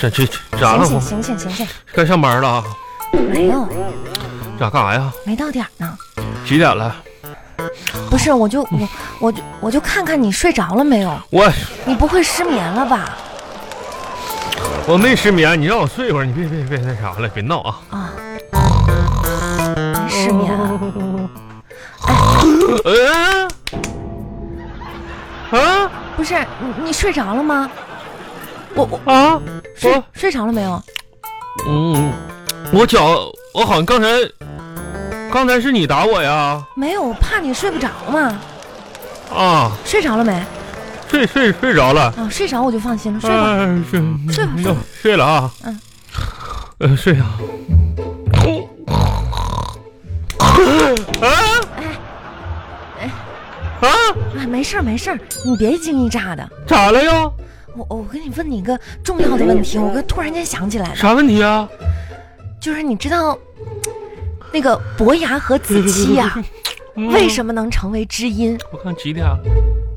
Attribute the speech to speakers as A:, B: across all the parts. A: 这这这咋了？
B: 醒醒醒醒醒醒！
A: 该上班了啊？
B: 没有，
A: 咋干啥呀？
B: 没到点儿呢。
A: 几点了？
B: 不是，我就我我就我就看看你睡着了没有？
A: 我
B: 你不会失眠了吧？
A: 我没失眠，你让我睡一会儿，你别别别那啥了，别闹啊！
B: 啊，没失眠啊？
A: 嗯、啊
B: 不是，你你睡着了吗？我我
A: 啊！
B: 睡
A: 我
B: 睡着了没有？
A: 嗯，我脚，我好像刚才，刚才是你打我呀？
B: 没有，我怕你睡不着嘛。
A: 啊，
B: 睡着了没？
A: 睡睡睡着了，
B: 啊，睡着我就放心了，睡吧。
A: 哎睡
B: 睡吧睡吧
A: 睡了啊。
B: 嗯。
A: 呃，睡啊。啊
B: 哎
A: 啊！
B: 啊，没事儿没事儿，你别一惊一乍的。
A: 咋了呀？
B: 我我跟你问你一个重要的问题，我突然间想起来了，
A: 啥问题啊？
B: 就是你知道那个伯牙和子期呀、为什么能成为知音？
A: 么？我看几点了？啊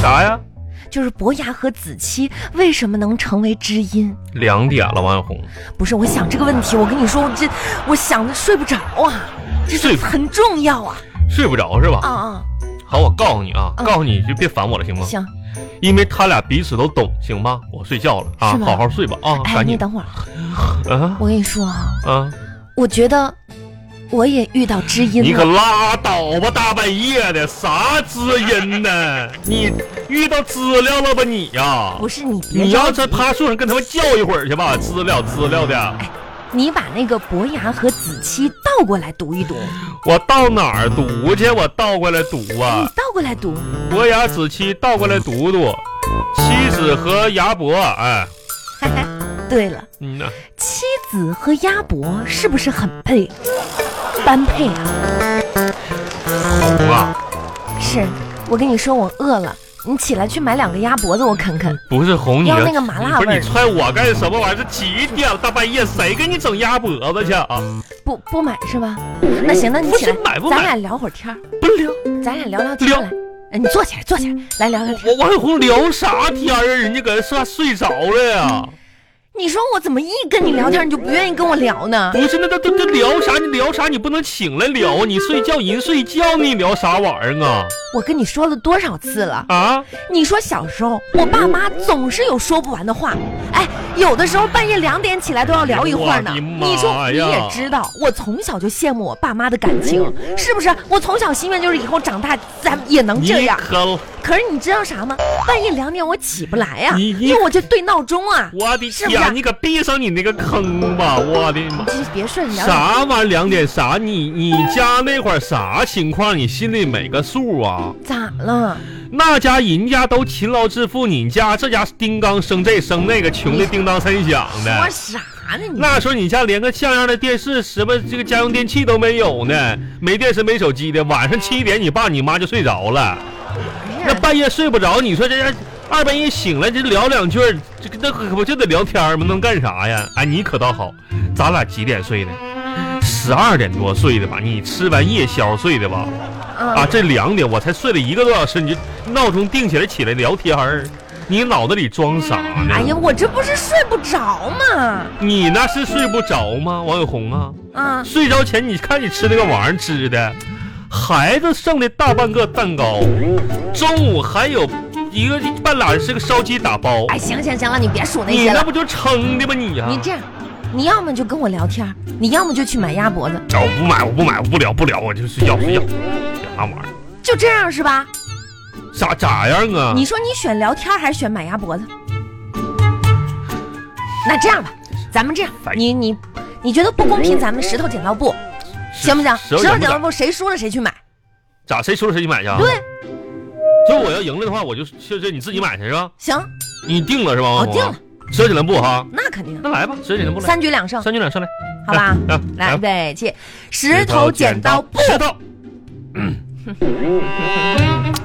A: 啥呀？
B: 就是伯牙和子期为什么能成为知音？
A: 两点了，王小红。
B: 不是，我想这个问题，我跟你说，我这我想的睡不着啊，这
A: 睡
B: 是
A: 不
B: 很重要啊
A: 睡不着是吧？
B: 啊啊！
A: 好，我告诉你啊，
B: 嗯
A: 告诉你就别烦我了，行吗？
B: 行，
A: 因为他俩彼此都懂，行吧？我睡觉了啊
B: 是，吗
A: 好好睡吧啊，
B: 哎，
A: 赶
B: 你
A: 紧
B: 等会儿，
A: 啊
B: 我跟你说啊，
A: 啊！
B: 我觉得我也遇到知
A: 你
B: 音
A: 可
B: 了，
A: 拉倒吧，大半夜的啥知 音呢？你遇到资料了吧你呀、
B: 不是你别
A: 你
B: 着
A: 要
B: 急
A: 是，趴树上跟他们叫一会儿去吧，资料资料的，
B: 你把那个伯牙和子期倒过来读一读，你
A: 我到哪儿读去？我倒过来读啊。
B: 倒过来读，
A: 伯牙子期倒过来读读，妻子和牙伯，哎，
B: 哈哈。对了，
A: 嗯呐，
B: 妻子和鸭脖是不是很配？般配啊！
A: 红啊，
B: 是我跟你说，我饿了，你起来去买两个鸭脖子，我啃啃。
A: 不是红你
B: 要
A: 这
B: 那个麻辣
A: 不是
B: 味
A: 你
B: 儿
A: 踹我干什么玩意儿？这几点了，大半夜谁给你整鸭脖子去啊？
B: 不不买是吧？那行，那你
A: 不
B: 起
A: 是
B: 来，
A: 买不
B: 咱
A: 买
B: 俩聊会儿天儿，
A: 不聊，
B: 咱俩聊聊天儿
A: 聊
B: 来。哎，你坐起来，坐起来，来聊聊天儿。
A: 我王小红聊啥天儿啊？人家搁这睡睡着了
B: 嗯
A: 呀？
B: 你说我怎么一跟你聊天儿，你就不愿意跟我聊呢？
A: 不是，那那那那聊啥？你聊啥？你不能请来聊啊！你睡觉人睡觉，你聊啥玩意儿啊？
B: 我跟你说了多少次了？
A: 啊？
B: 你说小时候我爸妈总是有说不完的话，哎，有的时候半夜两点起来都要聊一会儿呢。
A: 我的妈呀
B: 你说你也知道，我从小就羡慕我爸妈的感情，是不是？我从小心愿就是以后长大咱们也能
A: 你
B: 这样。
A: 可
B: 可是你知道啥吗？半夜两点我起不来呀、
A: 你
B: 因为我就对闹钟啊。
A: 我的
B: 是不是
A: 天，你可闭上你那个坑吧！我的妈！
B: 你别睡，你聊聊。
A: 啥玩意儿？两点啥？你你家那会儿啥情况？你心里没个数啊？
B: 咋了？
A: 那家人家都勤劳致富，你家这家叮当生这生那个，穷的叮当三响
B: 说
A: 的。
B: 啥呢你？
A: 那时候你家连个像样的电视，什么这个家用电器都没有呢，没电视没手机的。晚上七点，你爸你妈就睡着了，
B: 哎
A: 那
B: 呀
A: 半夜睡不着，你说这家二半夜醒来这聊两句，这个那可不就得聊天吗？能干啥呀？哎，你可倒好，咱俩几点睡的？十二点多睡的吧？你吃完夜宵睡的吧？啊，
B: 啊，
A: 这两点我才睡了一个多小时，你就闹钟定起来起来聊天儿，你脑子里装啥呢？
B: 哎呀，我这不是睡不着吗？
A: 你那是睡不着吗？王小红啊，
B: 啊，
A: 睡着前你看你吃那个玩意儿吃的，孩子剩的大半个蛋糕，中午还有一个半拉是个烧鸡打包，
B: 哎，行行行了，你别数哎那
A: 你
B: 些了
A: 那。不就撑的吗你呀、
B: 你这样，你要么就跟我聊天儿，你要么就去买鸭脖子，
A: 啊我不买，我不买，我不聊，不聊，我就睡觉睡觉，啥玩意儿？
B: 就这样是吧？
A: 咋咋样啊？
B: 你说你选聊天儿还是选买鸭脖子？那这样吧，咱们这样，
A: 烦
B: 你你你觉得不公平，咱们石头剪刀布行不行？
A: 石头
B: 石头
A: 剪
B: 剪
A: 不
B: 刀
A: 剪
B: 布谁输了谁去买，
A: 咋谁输了谁去买去啊？
B: 对，
A: 就我要赢了的话，我就就是你自己买去是吧？
B: 行，
A: 你定了是吧？
B: 我
A: 王
B: 哦定了
A: 红，折起来不哈？
B: 那肯定
A: 那来吧，折起来不来？
B: 三局两胜，
A: 三军两胜来，
B: 好吧？
A: 来啊
B: 来，预备起，石头剪刀布，
A: 石头，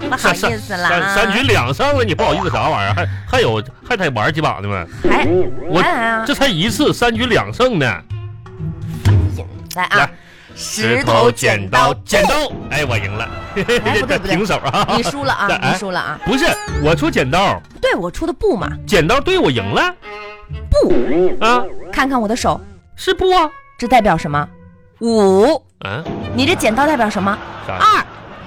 B: 不好意思啦
A: 三
B: 啊，
A: 三局两胜了，你不好意思啥玩意儿？还还有还得玩几把呢吗？
B: 还
A: 我
B: 哎来啊，
A: 这才一次三局两胜呢，
B: 来啊
A: 来，
B: 石头剪刀
A: 剪刀，哎，我赢了，
B: 哎不对 不对
A: 平手啊！
B: 你输了
A: 那
B: 啊，
A: 哎
B: 你输了啊！
A: 不是，我出剪刀，
B: 对我出的布嘛，
A: 剪刀对我赢了
B: 布，
A: 啊，
B: 看看我的手，
A: 是不啊？
B: 这代表什么？五，
A: 啊，
B: 你这剪刀代表什么？
A: 啥？
B: 二，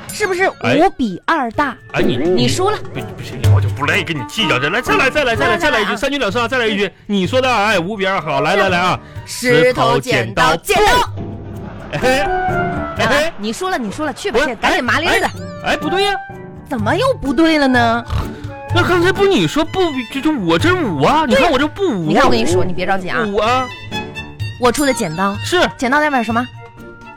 B: 是不是五比二大？
A: 哎，你
B: 你输了，
A: 不不行，我就不累跟你计较这，来再来再来再来再
B: 哎
A: 来一句，三局两胜啊，再来一句，你说的哎五比二，好，来来来啊，石头剪刀
B: 剪刀，
A: 哎哎
B: 啊你输了，你输了，去吧
A: 不是
B: 去，赶紧麻利儿的，
A: 哎，不对呀，
B: 怎么又不对了呢？
A: 那刚才不你说不就就我这五啊？你看我这不五，
B: 你看我跟你说，你别着急啊，
A: 五啊，
B: 我出的剪刀，
A: 是
B: 剪刀代表什么？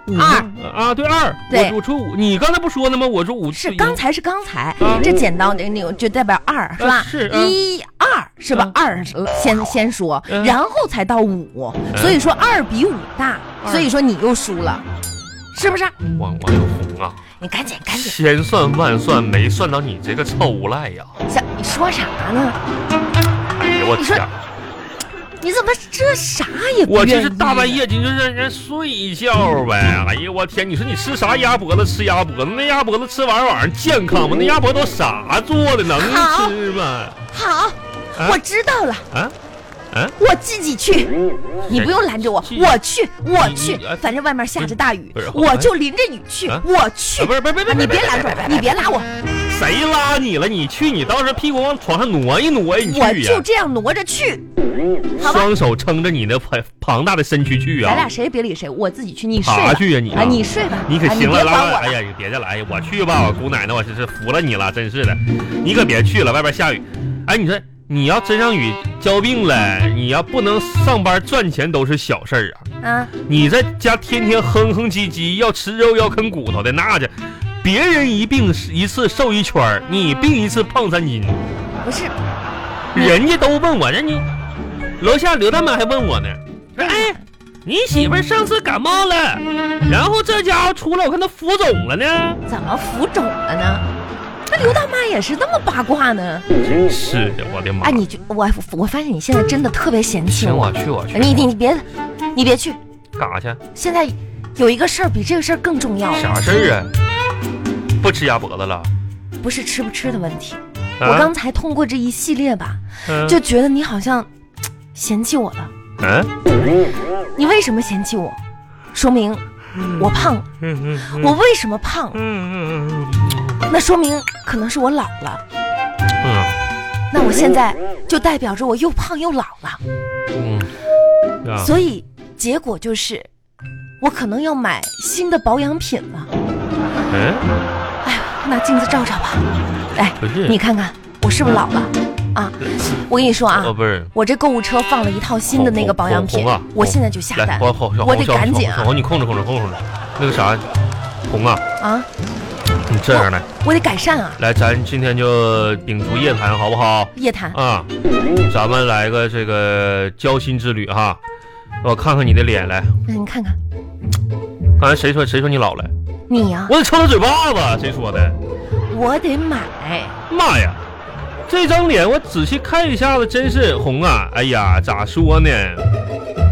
A: 五啊，对二，我我出五，你刚才不说呢吗？我说五
B: 是刚才是刚才
A: 啊，
B: 这剪刀你你就代表二是吧？
A: 是嗯
B: 一二是吧
A: 嗯？
B: 二是先先说，
A: 嗯
B: 然后才到五，所以说二比五大，
A: 二
B: 所以说你又输了，是不是？
A: 王王永红啊，
B: 你赶紧赶紧，
A: 千算万算没算到你这个臭无赖呀！
B: 想你说啥呢？
A: 哎呀，我
B: 你说
A: 天！
B: 你怎么这啥也不
A: 我
B: 愿
A: 这
B: 意？
A: 是大半夜，你就让人睡一觉呗。哎呀，我天！你说你吃啥鸭脖子？吃鸭脖子，那鸭脖子吃完晚上健康吗？那鸭脖子都啥做的？能
B: 好
A: 吃吗？
B: 好，
A: 啊
B: 我知道了，
A: 啊啊！
B: 我自己去，你不用拦着我，
A: 哎去
B: 我去，我去
A: 你你哎，
B: 反正外面下着大雨
A: 不是，哎
B: 我就淋着雨去
A: 啊，
B: 我去
A: 啊，不是，不是，不是，
B: 你别拦着我，你别拉我，
A: 谁拉你了？你去，你到时候屁股往床上挪一挪，你
B: 我
A: 去
B: 就
A: 呀、
B: 这样挪着去，好吧？
A: 双手撑着你那庞庞大的身躯去
B: 咱
A: 啊
B: 俩！谁也别理谁，我自己去，你睡
A: 啥
B: 吧。
A: 去呀你
B: 啊，你睡吧，
A: 你可
B: 啊
A: 行了，
B: 别
A: 拉
B: 管
A: 倒！
B: 我
A: 哎
B: 了。
A: 呀，你别再来，我去吧，我姑奶奶，我真是服了你了，真是的，你可别去了，外边下雨。哎，你说你要真让雨浇病了，你要不能上班赚钱都是小事儿啊，
B: 啊，
A: 你在家天天哼哼唧唧，要吃肉要啃骨头的那这，别人一病一次瘦一圈儿，你病一次胖三斤。
B: 不是，哎
A: 人家都问我，人家楼下刘大妈还问我呢，说哎，你媳妇儿上次感冒了，然后这家伙出来，我看她浮肿了呢。
B: 怎么浮肿了呢？那刘大妈也是那么八卦呢。
A: 是的，我的妈！
B: 哎，你就我我发现你现在真的特别嫌弃
A: 行，
B: 我哎
A: 我。去，我去，
B: 你你你别，你别去，
A: 干啥去？
B: 现在有一个事儿比这个事儿更重要，
A: 啥事儿啊？不吃鸭脖子了？
B: 不是吃不吃的问题。
A: 啊
B: 我刚才通过这一系列吧，
A: 嗯
B: 就觉得你好像嘖嫌弃我了。
A: 嗯
B: 你为什么嫌弃我？说明我胖了。
A: 嗯嗯
B: 我为什么胖？
A: 嗯嗯
B: 那说明可能是我老了。
A: 嗯
B: 那我现在就代表着我又胖又老了，
A: 嗯嗯啊！
B: 所以结果就是，我可能要买新的保养品了。
A: 嗯，
B: 哎呀，拿镜子照照吧。哎，
A: 不是
B: 你看看我是不是老了？啊，我跟你说啊
A: 哦，，不是。
B: 我这购物车放了一套新的那个保养品
A: 红红啊，
B: 我现在就下
A: 来，
B: 单
A: 我好，小
B: 我
A: 红，
B: 得
A: 小
B: 赶
A: 红，
B: 紧
A: 小
B: 啊
A: 红，你控制控制控制控制。那个啥，红啊，
B: 啊！
A: 你嗯这样来，
B: 我得改善啊，
A: 来，咱今天就秉烛夜谈，好不好？
B: 夜谈
A: 啊，咱们来个这个交心之旅哈。我看看你的脸来，
B: 那你看看
A: 刚才谁说谁说你老了？
B: 你呀、
A: 我得抽他嘴巴子，谁说的？
B: 我得买。哎
A: 妈呀，这张脸我仔细看一下子，真是红啊！哎呀，咋说呢？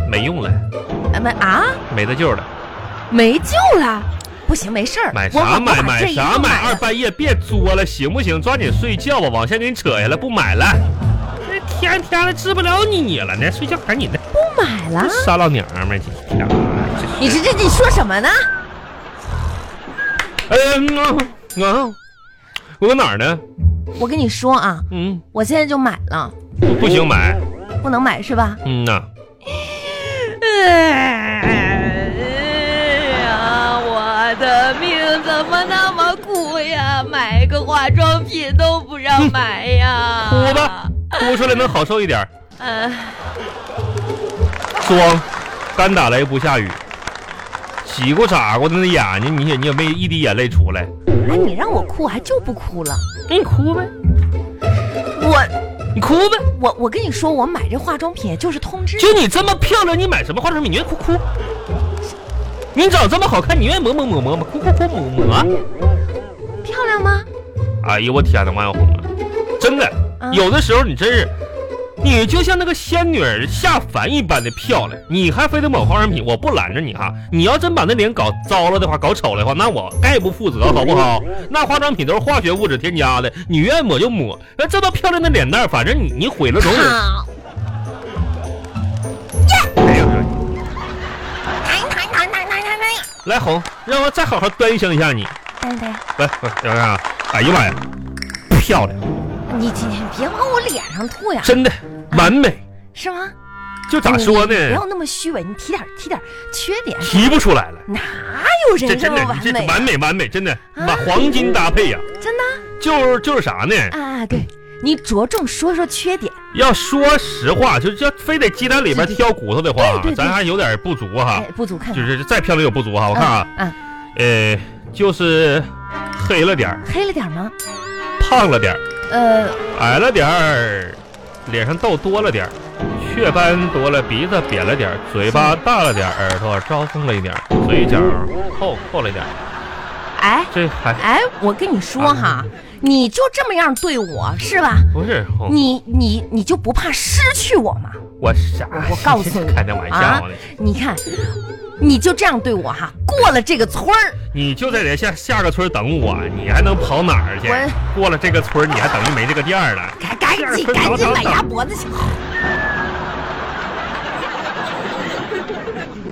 A: 没用了，
B: 哎买啊，
A: 没得救了。
B: 没救了，不行，没事儿，
A: 买
B: 我
A: 啥
B: 我
A: 买
B: 把这
A: 买
B: 一
A: 啥
B: 套
A: 买，
B: 买了
A: 二半夜别作了，行不行？抓紧睡觉吧，往下给你扯下来，不买了。这天天的治不了你了呢，睡觉赶紧的。
B: 不买了
A: 这。傻老娘们儿，这天
B: 你这这你说什么呢？
A: 嗯啊啊！我搁哪儿呢？
B: 我跟你说啊，
A: 嗯，
B: 我现在就买了，
A: 我不行买。
B: 不能买是吧？
A: 嗯呐、
C: 哎呀，我的命怎么那么苦呀？买个化妆品都不让买呀！
A: 哭吧，哭出来能好受一点儿。
C: 嗯、
A: 装，干打雷不下雨，挤过咋过的那眼睛，你也你也没一滴眼泪出来。
B: 哎，你让我哭，我还就不哭了。
A: 那你哭呗，
B: 我
A: 你哭呗。
B: 我我跟你说，我买这化妆品也就是通知，
A: 就你这么漂亮，你买什么化妆品？你愿意哭哭？你长这么好看，你愿意抹抹抹抹抹哭哭哭抹抹？啊
B: 漂亮吗？
A: 哎呦我天哪，王小红啊，真的，有的时候你真是，你就像那个仙女儿下凡一般的漂亮，你还非得抹化妆品，我不拦着你哈。你要真把那脸搞糟了的话，搞丑了的话，那我概不负责，好不好？那化妆品都是化学物质添加的，你愿意抹就抹。那这都漂亮的脸蛋儿，反正你你毁了容颜。
B: 好，
A: 哎呀
B: 来来来来来来来，
A: 来红，让我再好好端详一下你。
B: 等等，
A: 来，我等等啊！哎呀妈呀，漂亮，
B: 你今天别往我脸上吐呀，
A: 真的完美。
B: 是吗？
A: 就咋说呢
B: 你？不要那么虚伪，你提点提点缺点，
A: 提不出来了，
B: 哪有
A: 这
B: 人
A: 真
B: 么
A: 的，
B: 完
A: 这
B: 美？
A: 完美完美，真的，
B: 啊
A: 把黄金搭配呀、
B: 真的
A: 就是就是啥呢？
B: 啊，对你着重说说缺点，
A: 要说实话，就是要非得鸡蛋里边挑骨头的话
B: 对对对，
A: 咱还有点不足哈
B: 哎，，不足看
A: 啊就
B: 看。
A: 是再漂亮有不足哈。我看啊，
B: 啊，啊
A: 呃，就是黑了点儿，
B: 黑了点吗？
A: 胖了点儿，
B: 呃，
A: 矮了点儿，脸上痘多了点儿，雀斑多了，鼻子扁了点儿，嘴巴大了点儿，耳朵招风了一点儿，嘴角厚厚了一点儿，
B: 哎
A: 这还
B: 哎，我跟你
A: 啊
B: 说哈，你就这么样对我是吧？
A: 不是红。
B: 你你你就不怕失去我吗？
A: 我啥？
B: 我告诉你
A: 哎 开的玩
B: 啊
A: 笑呢。
B: 你看，你就这样对我哈，过了这个村儿，
A: 你就在这下下个村等我，你还能跑哪儿去
B: 我？
A: 过了这个村儿，你还等于没这个店儿了。
B: 赶赶
A: 这样
B: 紧
A: 分
B: 赶
A: 头
B: 紧
A: 等
B: 买
A: 等
B: 鸭脖子去。